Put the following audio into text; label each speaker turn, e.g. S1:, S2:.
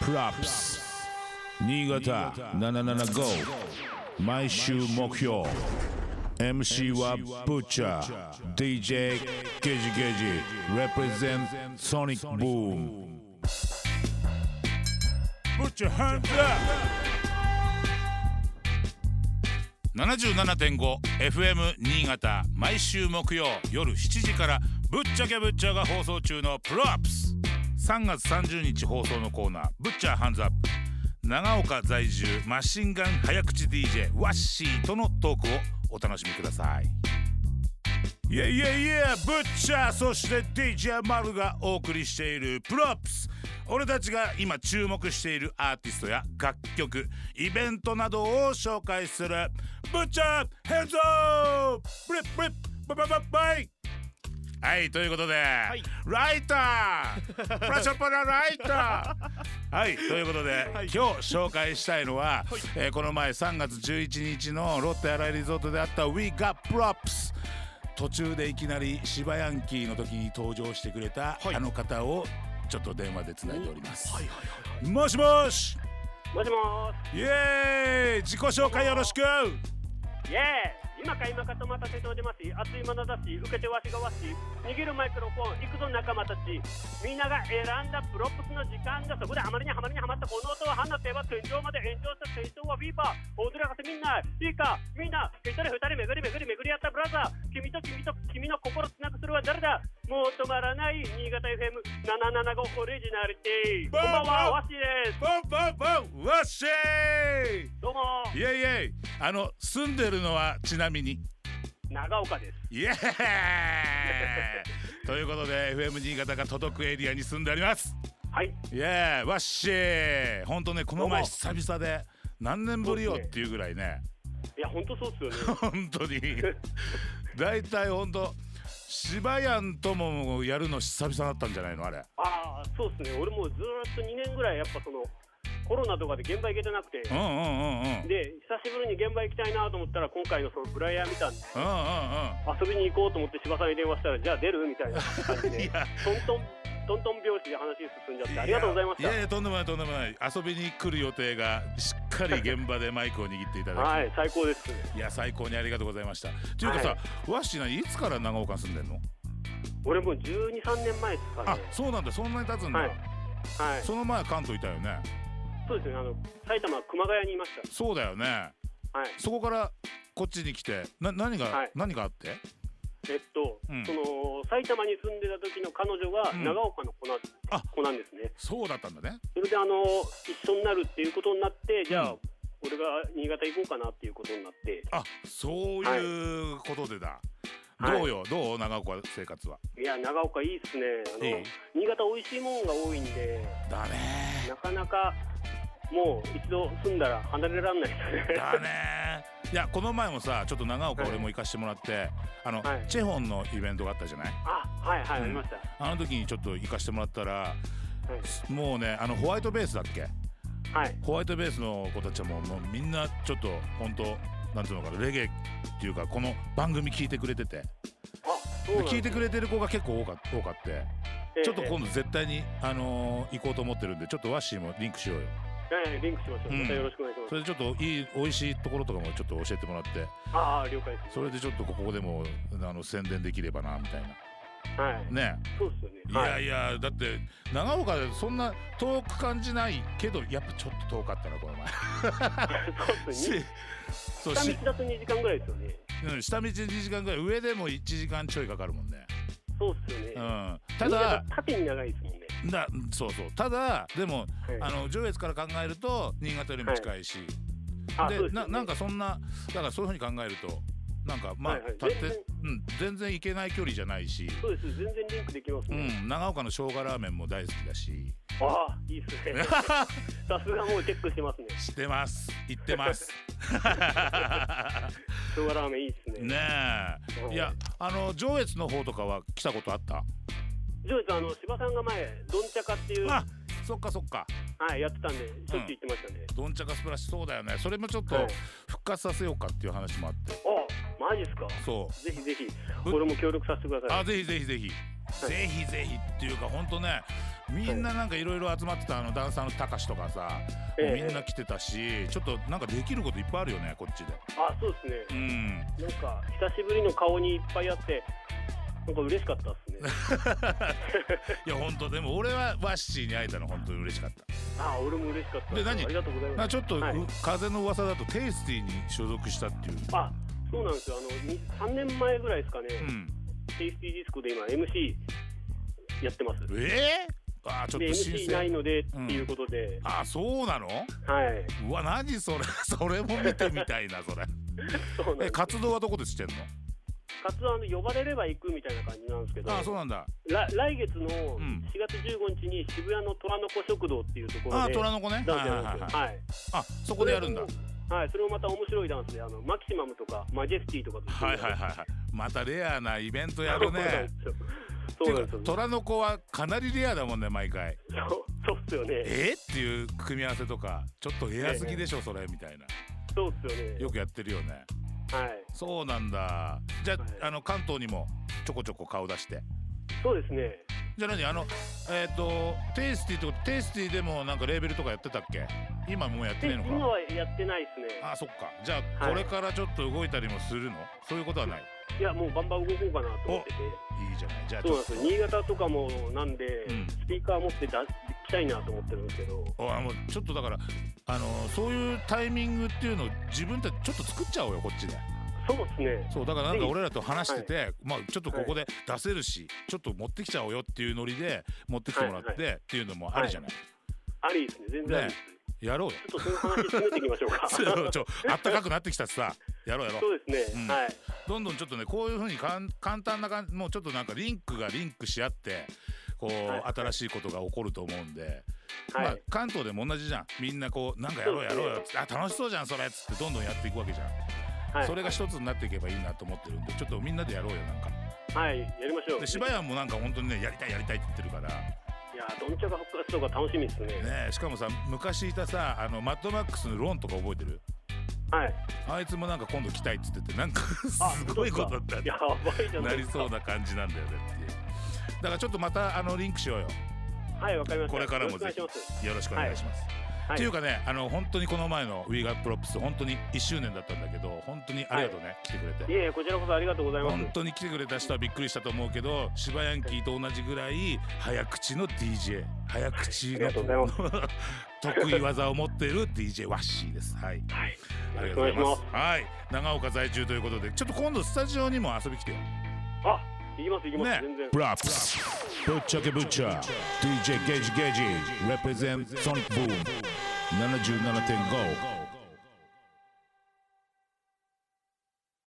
S1: プラップス新潟775毎週目標 MC はブッチャー DJ ゲジゲジ represent ソニックブーム Put your hands up!
S2: 77.5FM 新潟毎週木曜夜7時から「ぶっちゃけぶっちゃ」が放送中の「プロアップス」3月30日放送のコーナー「ぶっちゃハンズアップ」長岡在住マシンガン早口 DJ ワッシーとのトークをお楽しみくださいいやいやいやブッチャーそして DJ マルがお送りしているプロップス俺たちが今注目しているアーティストや楽曲イベントなどを紹介するブッチャーヘンズオーブリッブリッバババババイはいということで、
S3: い
S2: ライタープラシャパラライタ ーはいということで、
S3: い
S2: 今日紹介したいのは、えーこの前3月11日のロッテ新井リゾートであった We Got Props 途中でいきなり芝ヤンキーの時に登場してくれた、
S3: はい
S2: あの方をちょっと電話でつないでおります、
S3: はいはいはいはい
S2: もしもし
S4: もしもー
S2: イエーイ自己紹介よろしく
S4: しイエーイ今か今かと待たせております熱いまなざし受けてわしがわし握るマイクロフォン行くぞ仲間たちみんなが選んだプロップスの時間だそこであまりにはまりにはまったこの音を放てば天井まで炎上した天井はビーバー踊らかせみんないいかみんな一人二人巡り巡り巡り合ったブラザー君と君と君の心つなぐするは誰だもう止まらない新潟 FM775 オリジナリティこんばんはわしです
S2: ボンボンボンわっしー
S4: どうも
S2: イエイイエイあの住んでるのはちなみに
S4: 長岡です
S2: イエーイということで FM 新潟が届くエリアに住んでおります
S4: はい
S2: イエーイわっしーほんとねこの前久々で何年ぶりよっていうぐらいね
S4: いや本当そうっすよね
S2: 本当に大体ほんと芝やんともやるの久々だったんじゃないのあれ
S4: ああ、そうですね、俺もうずーっと2年ぐらい、やっぱそのコロナとかで現場行けてなくて、
S2: うんうんうんうん
S4: で、久しぶりに現場行きたいなと思ったら、今回のそのブライヤー見たんで、
S2: うんうん
S4: 遊びに行こうと思って柴さんに電話したら、じゃあ出るみたいな感じ
S2: うん い
S4: で、
S2: や
S4: トントン、トントン拍子で話進んじゃって、ありがとうございまし
S2: やいやとんでもないとんでもない遊びに来る予定がしっかり現場でマイクを握っていただ
S4: た。
S2: き
S4: はい、最高です。
S2: いや最高にありがとうございました。というかさ、
S4: は
S2: ワッシーないいつから長岡に住んでんの？
S4: 俺もう12、3年前ですか
S2: あ
S4: ね。
S2: そうなんだそんなに経つんだ。
S4: はいはい。
S2: その前関東いたよね。
S4: そうですね、あの、埼玉、熊谷にいまし
S2: そうだよね。
S4: た。はい。
S2: そこからこっちに来てな何が、
S4: はい
S2: 何があって？
S4: えっと、
S2: うん
S4: その、埼玉に住んでた時の彼女が
S2: うん
S4: 長岡の子な,、
S2: あ
S4: 子なんですね。
S2: そうだったんだね。
S4: それであの一緒になるっていうことになってじゃあ、
S2: うん
S4: 俺が新潟行こうかなっていうことになって
S2: あそういうことでだ。
S4: はい
S2: どうよどう長岡生活は。
S4: いや長岡いいっすねあの、
S2: ええ
S4: 新潟美味しいもんが多いんで
S2: だね
S4: なかなかもう一度住んだら離れられないですね
S2: だね。いやこの前もさちょっと長岡
S4: はい
S2: 俺も行かしてもらって、あの、
S4: はい
S2: チェホンのイベントがあったじゃない。
S4: あはいはい、
S2: うん
S4: ありました
S2: あの時にちょっと行かしてもらったら
S4: はい、
S2: もうねあのホワイトベースだっけ？
S4: はい、
S2: ホワイトベースの子たちはもうもうみんなちょっと本当なんていうのかなレゲエっていうかこの番組聞いてくれてて
S4: あそ
S2: で
S4: うなん
S2: 聞いてくれてる子が結構多か多かってちょっと今
S4: 度、
S2: 度絶対に、あのー行こうと思ってるんでちょっとワッシーもリンクしようよ
S4: ええええリンクしましょう
S2: うん
S4: またよろしくお願いします、
S2: それでちょっといい美味しいところとかもちょっと教えてもらって
S4: ああ了解で
S2: それでちょっとここでもあの宣伝できればなみたいな
S4: すはい
S2: ね
S4: そうっすよね
S2: い
S4: はい
S2: やいやだって長岡でそんな遠く感じないけどやっぱちょっと遠かったなこの前
S4: そうっすね
S2: し そう
S4: 下
S2: し
S4: 道だと2時間ぐらいですよね
S2: うん下道2時間ぐらい上でも1時間ちょいかかるもんね、
S4: そうっすよね、
S2: うん、た
S4: 新
S2: だ
S4: 潟縦に長いですもんね
S2: だそうそうただでも、
S4: は
S2: あ
S4: い
S2: の上越から考えると新潟よりも近いし、
S4: あ
S2: で
S4: そうですよ
S2: な
S4: ね
S2: なんかそんなだからそういうふうに考えるとなんかまあ、
S4: はいはい
S2: 立って
S4: 全
S2: 全
S4: 然
S2: 然,、うん、全然行けない距離じゃないし、
S4: そうです全然リンクできます
S2: う
S4: ね、
S2: ん、長岡の生姜ラーメンも大好きだし
S4: ああいいっ すねさすがもうチェックしてますね
S2: 知ってます行ってます
S4: 生姜ラーメンいいっすね
S2: ね
S4: うん
S2: えいやあの上越の方とかは来たことあった
S4: 上越あの柴さんが前ドンチャカっていう
S2: あそっかそっか
S4: はいやってたんでしょっちゅう行ってましたね、
S2: ドンチャカスプラッシュそうだよねそれもちょっと
S4: はい
S2: 復活させようかっていう話もあって
S4: あマジっすか
S2: そう
S4: ぜひぜひ
S2: ぶ
S4: 俺も協力させてください
S2: あぜひぜひぜひ、
S4: はい
S2: ぜひぜひっていうかほんとねみんななんかいろいろ集まってたあのダンサーのたかしとかさ、
S4: ええ
S2: みんな来てたしちょっとなんかできることいっぱいあるよねこっちで
S4: あそうですね
S2: うん
S4: なんか久しぶりの顔にいっぱいあってなんか嬉しかった ですね
S2: いや本当でも俺はワッシーに会えたの本当に嬉しかった
S4: あ俺も嬉しかった
S2: で何
S4: ありがとうござい
S2: な
S4: ま
S2: んか
S4: す
S2: ちょっと、
S4: はいう
S2: 風の噂だとテイスティに所属したっていう
S4: あそうなんですよあの3年前ぐらいですかね、
S2: うん
S4: テイスティディスコで今 MC やってます
S2: えー、あーちょっ
S4: で
S2: と新
S4: MC いない
S2: 鮮
S4: のでっていうことで、
S2: あーそうなの
S4: はい、
S2: うわ何それ それも見てみたいなそれ
S4: そうなん
S2: え
S4: です
S2: 活動はどこでしてんの
S4: 活動はあの呼ばれれば行くみたいな感じなんですけど
S2: あーそうなんだ
S4: ら来月の4
S2: ん
S4: 月15日に渋谷の虎の子食堂っていうとこ
S2: あ
S4: ろ
S2: ー
S4: で、
S2: 虎の子ねはい
S4: ダン
S2: は
S4: ス
S2: い
S4: や
S2: はい
S4: るんです
S2: は
S4: よ
S2: い
S4: はい
S2: あそこでやるんだ
S4: それもはいそれもまた面白いダンスであのマキシマムとかマジェスティとかと一緒
S2: はい
S4: に
S2: はいはいはいまたレアなイベントやるねてか
S4: そうなんですよそうなんですよ
S2: 虎の子はかなりレアだもんね毎回
S4: そうそうっすよね
S2: えーっていう組み合わせとかちょっとレアすぎでしょそれみたいな
S4: そうっすよね
S2: よくやってるよね
S4: はい
S2: そうなんだじゃ
S4: はい
S2: ああの関東にもちょこちょこ顔出して
S4: そうですね
S2: じゃあ何あのえっ、とテイスティってことテイスティでもなんかレーベルとかやってたっけ今もうやって
S4: で
S2: ないの
S4: 今
S2: か
S4: はやってないですね
S2: あそっかじゃあ
S4: は
S2: こ
S4: い
S2: れからちょっと動いたりもするのそういうことはない
S4: いやもうバンバン動こうかなと思ってて
S2: いいじゃないじゃあち
S4: そう
S2: ょ
S4: なん
S2: っ
S4: です
S2: と
S4: よ新潟とかもなんで、
S2: うん
S4: スピーカー持ってだ行きたいなと思ってるんですけど
S2: あもうちょっとだからあのそういうタイミングっていうのを自分たちちょっと作っちゃおうよこっちで
S4: そうですね
S2: そうだからなん
S4: ぜ
S2: か
S4: ひ
S2: 俺らと話してて、まあちょっとここで出せるしちょっと持ってきちゃおうよっていうノリで持ってきてもらって、
S4: はい
S2: っていうのもあるじゃない、
S4: ありですね全然ありです、
S2: やろうよ
S4: ちょっとその話詰めていきましょう か
S2: ちょちょあったかくなってきたしさやろうやろう
S4: そうですね、
S2: うん
S4: はい
S2: どんどんちょっとねこういうふうにかん簡単な感じもうちょっとなんかリンクがリンクし合ってこう、
S4: はい
S2: 新しいことが起こると思うんで、
S4: はい、
S2: まあ関東でも同じじゃんみんなこうなんかやろうやろうよっつってあ楽しそうじゃんそれっつってどんどんやっていくわけじゃん、
S4: はい、
S2: それが一つになっていけばいいなと思ってるんでちょっとみんなでやろうよなんか
S4: はいやりましょう
S2: で芝谷もなんか本当にねやりたいやりたいって言ってるから
S4: いやーどんちゃか復活とか楽しみですね
S2: ねしかもさ昔いたさあのマッドマックスのロンとか覚えてる
S4: はい
S2: あいつもなんか今度来たいっつっててなんか す
S4: あ
S2: ごいことにな
S4: やばいじゃな
S2: ないり
S4: ですか
S2: そうな感じなんだよねっていうだからちょっとまたあのリンクしようよ
S4: はいわかりました
S2: これからも
S4: よろ
S2: ぜ
S4: しくお願いします
S2: ひよろしくお願いします、
S4: はい
S2: っていうかねあの本当にこの前の「ウィーガープロップス」本当に1周年だったんだけど本当にありがとうね、来てくれて
S4: いえいえこちらこそありがとうございます
S2: 本当に来てくれた人はびっくりしたと思うけど芝ヤンキーと同じぐらい早口の DJ 早口
S4: あり
S2: の
S4: がとうございます
S2: 得意技を持っている DJ ワッシーですはい
S4: はい
S2: ありが
S4: よ
S2: とうござ
S4: ろ
S2: い
S4: しくお
S2: ま
S4: 願い
S2: す
S4: し
S2: はい長岡在住ということでちょっと今度スタジオにも遊び来てよ
S4: ますあ行きます行きます、
S2: ね
S4: 全然
S1: Props. Butcher ke Butcher. DJ Gage Gage. Represent Sonic Boom. 77.5.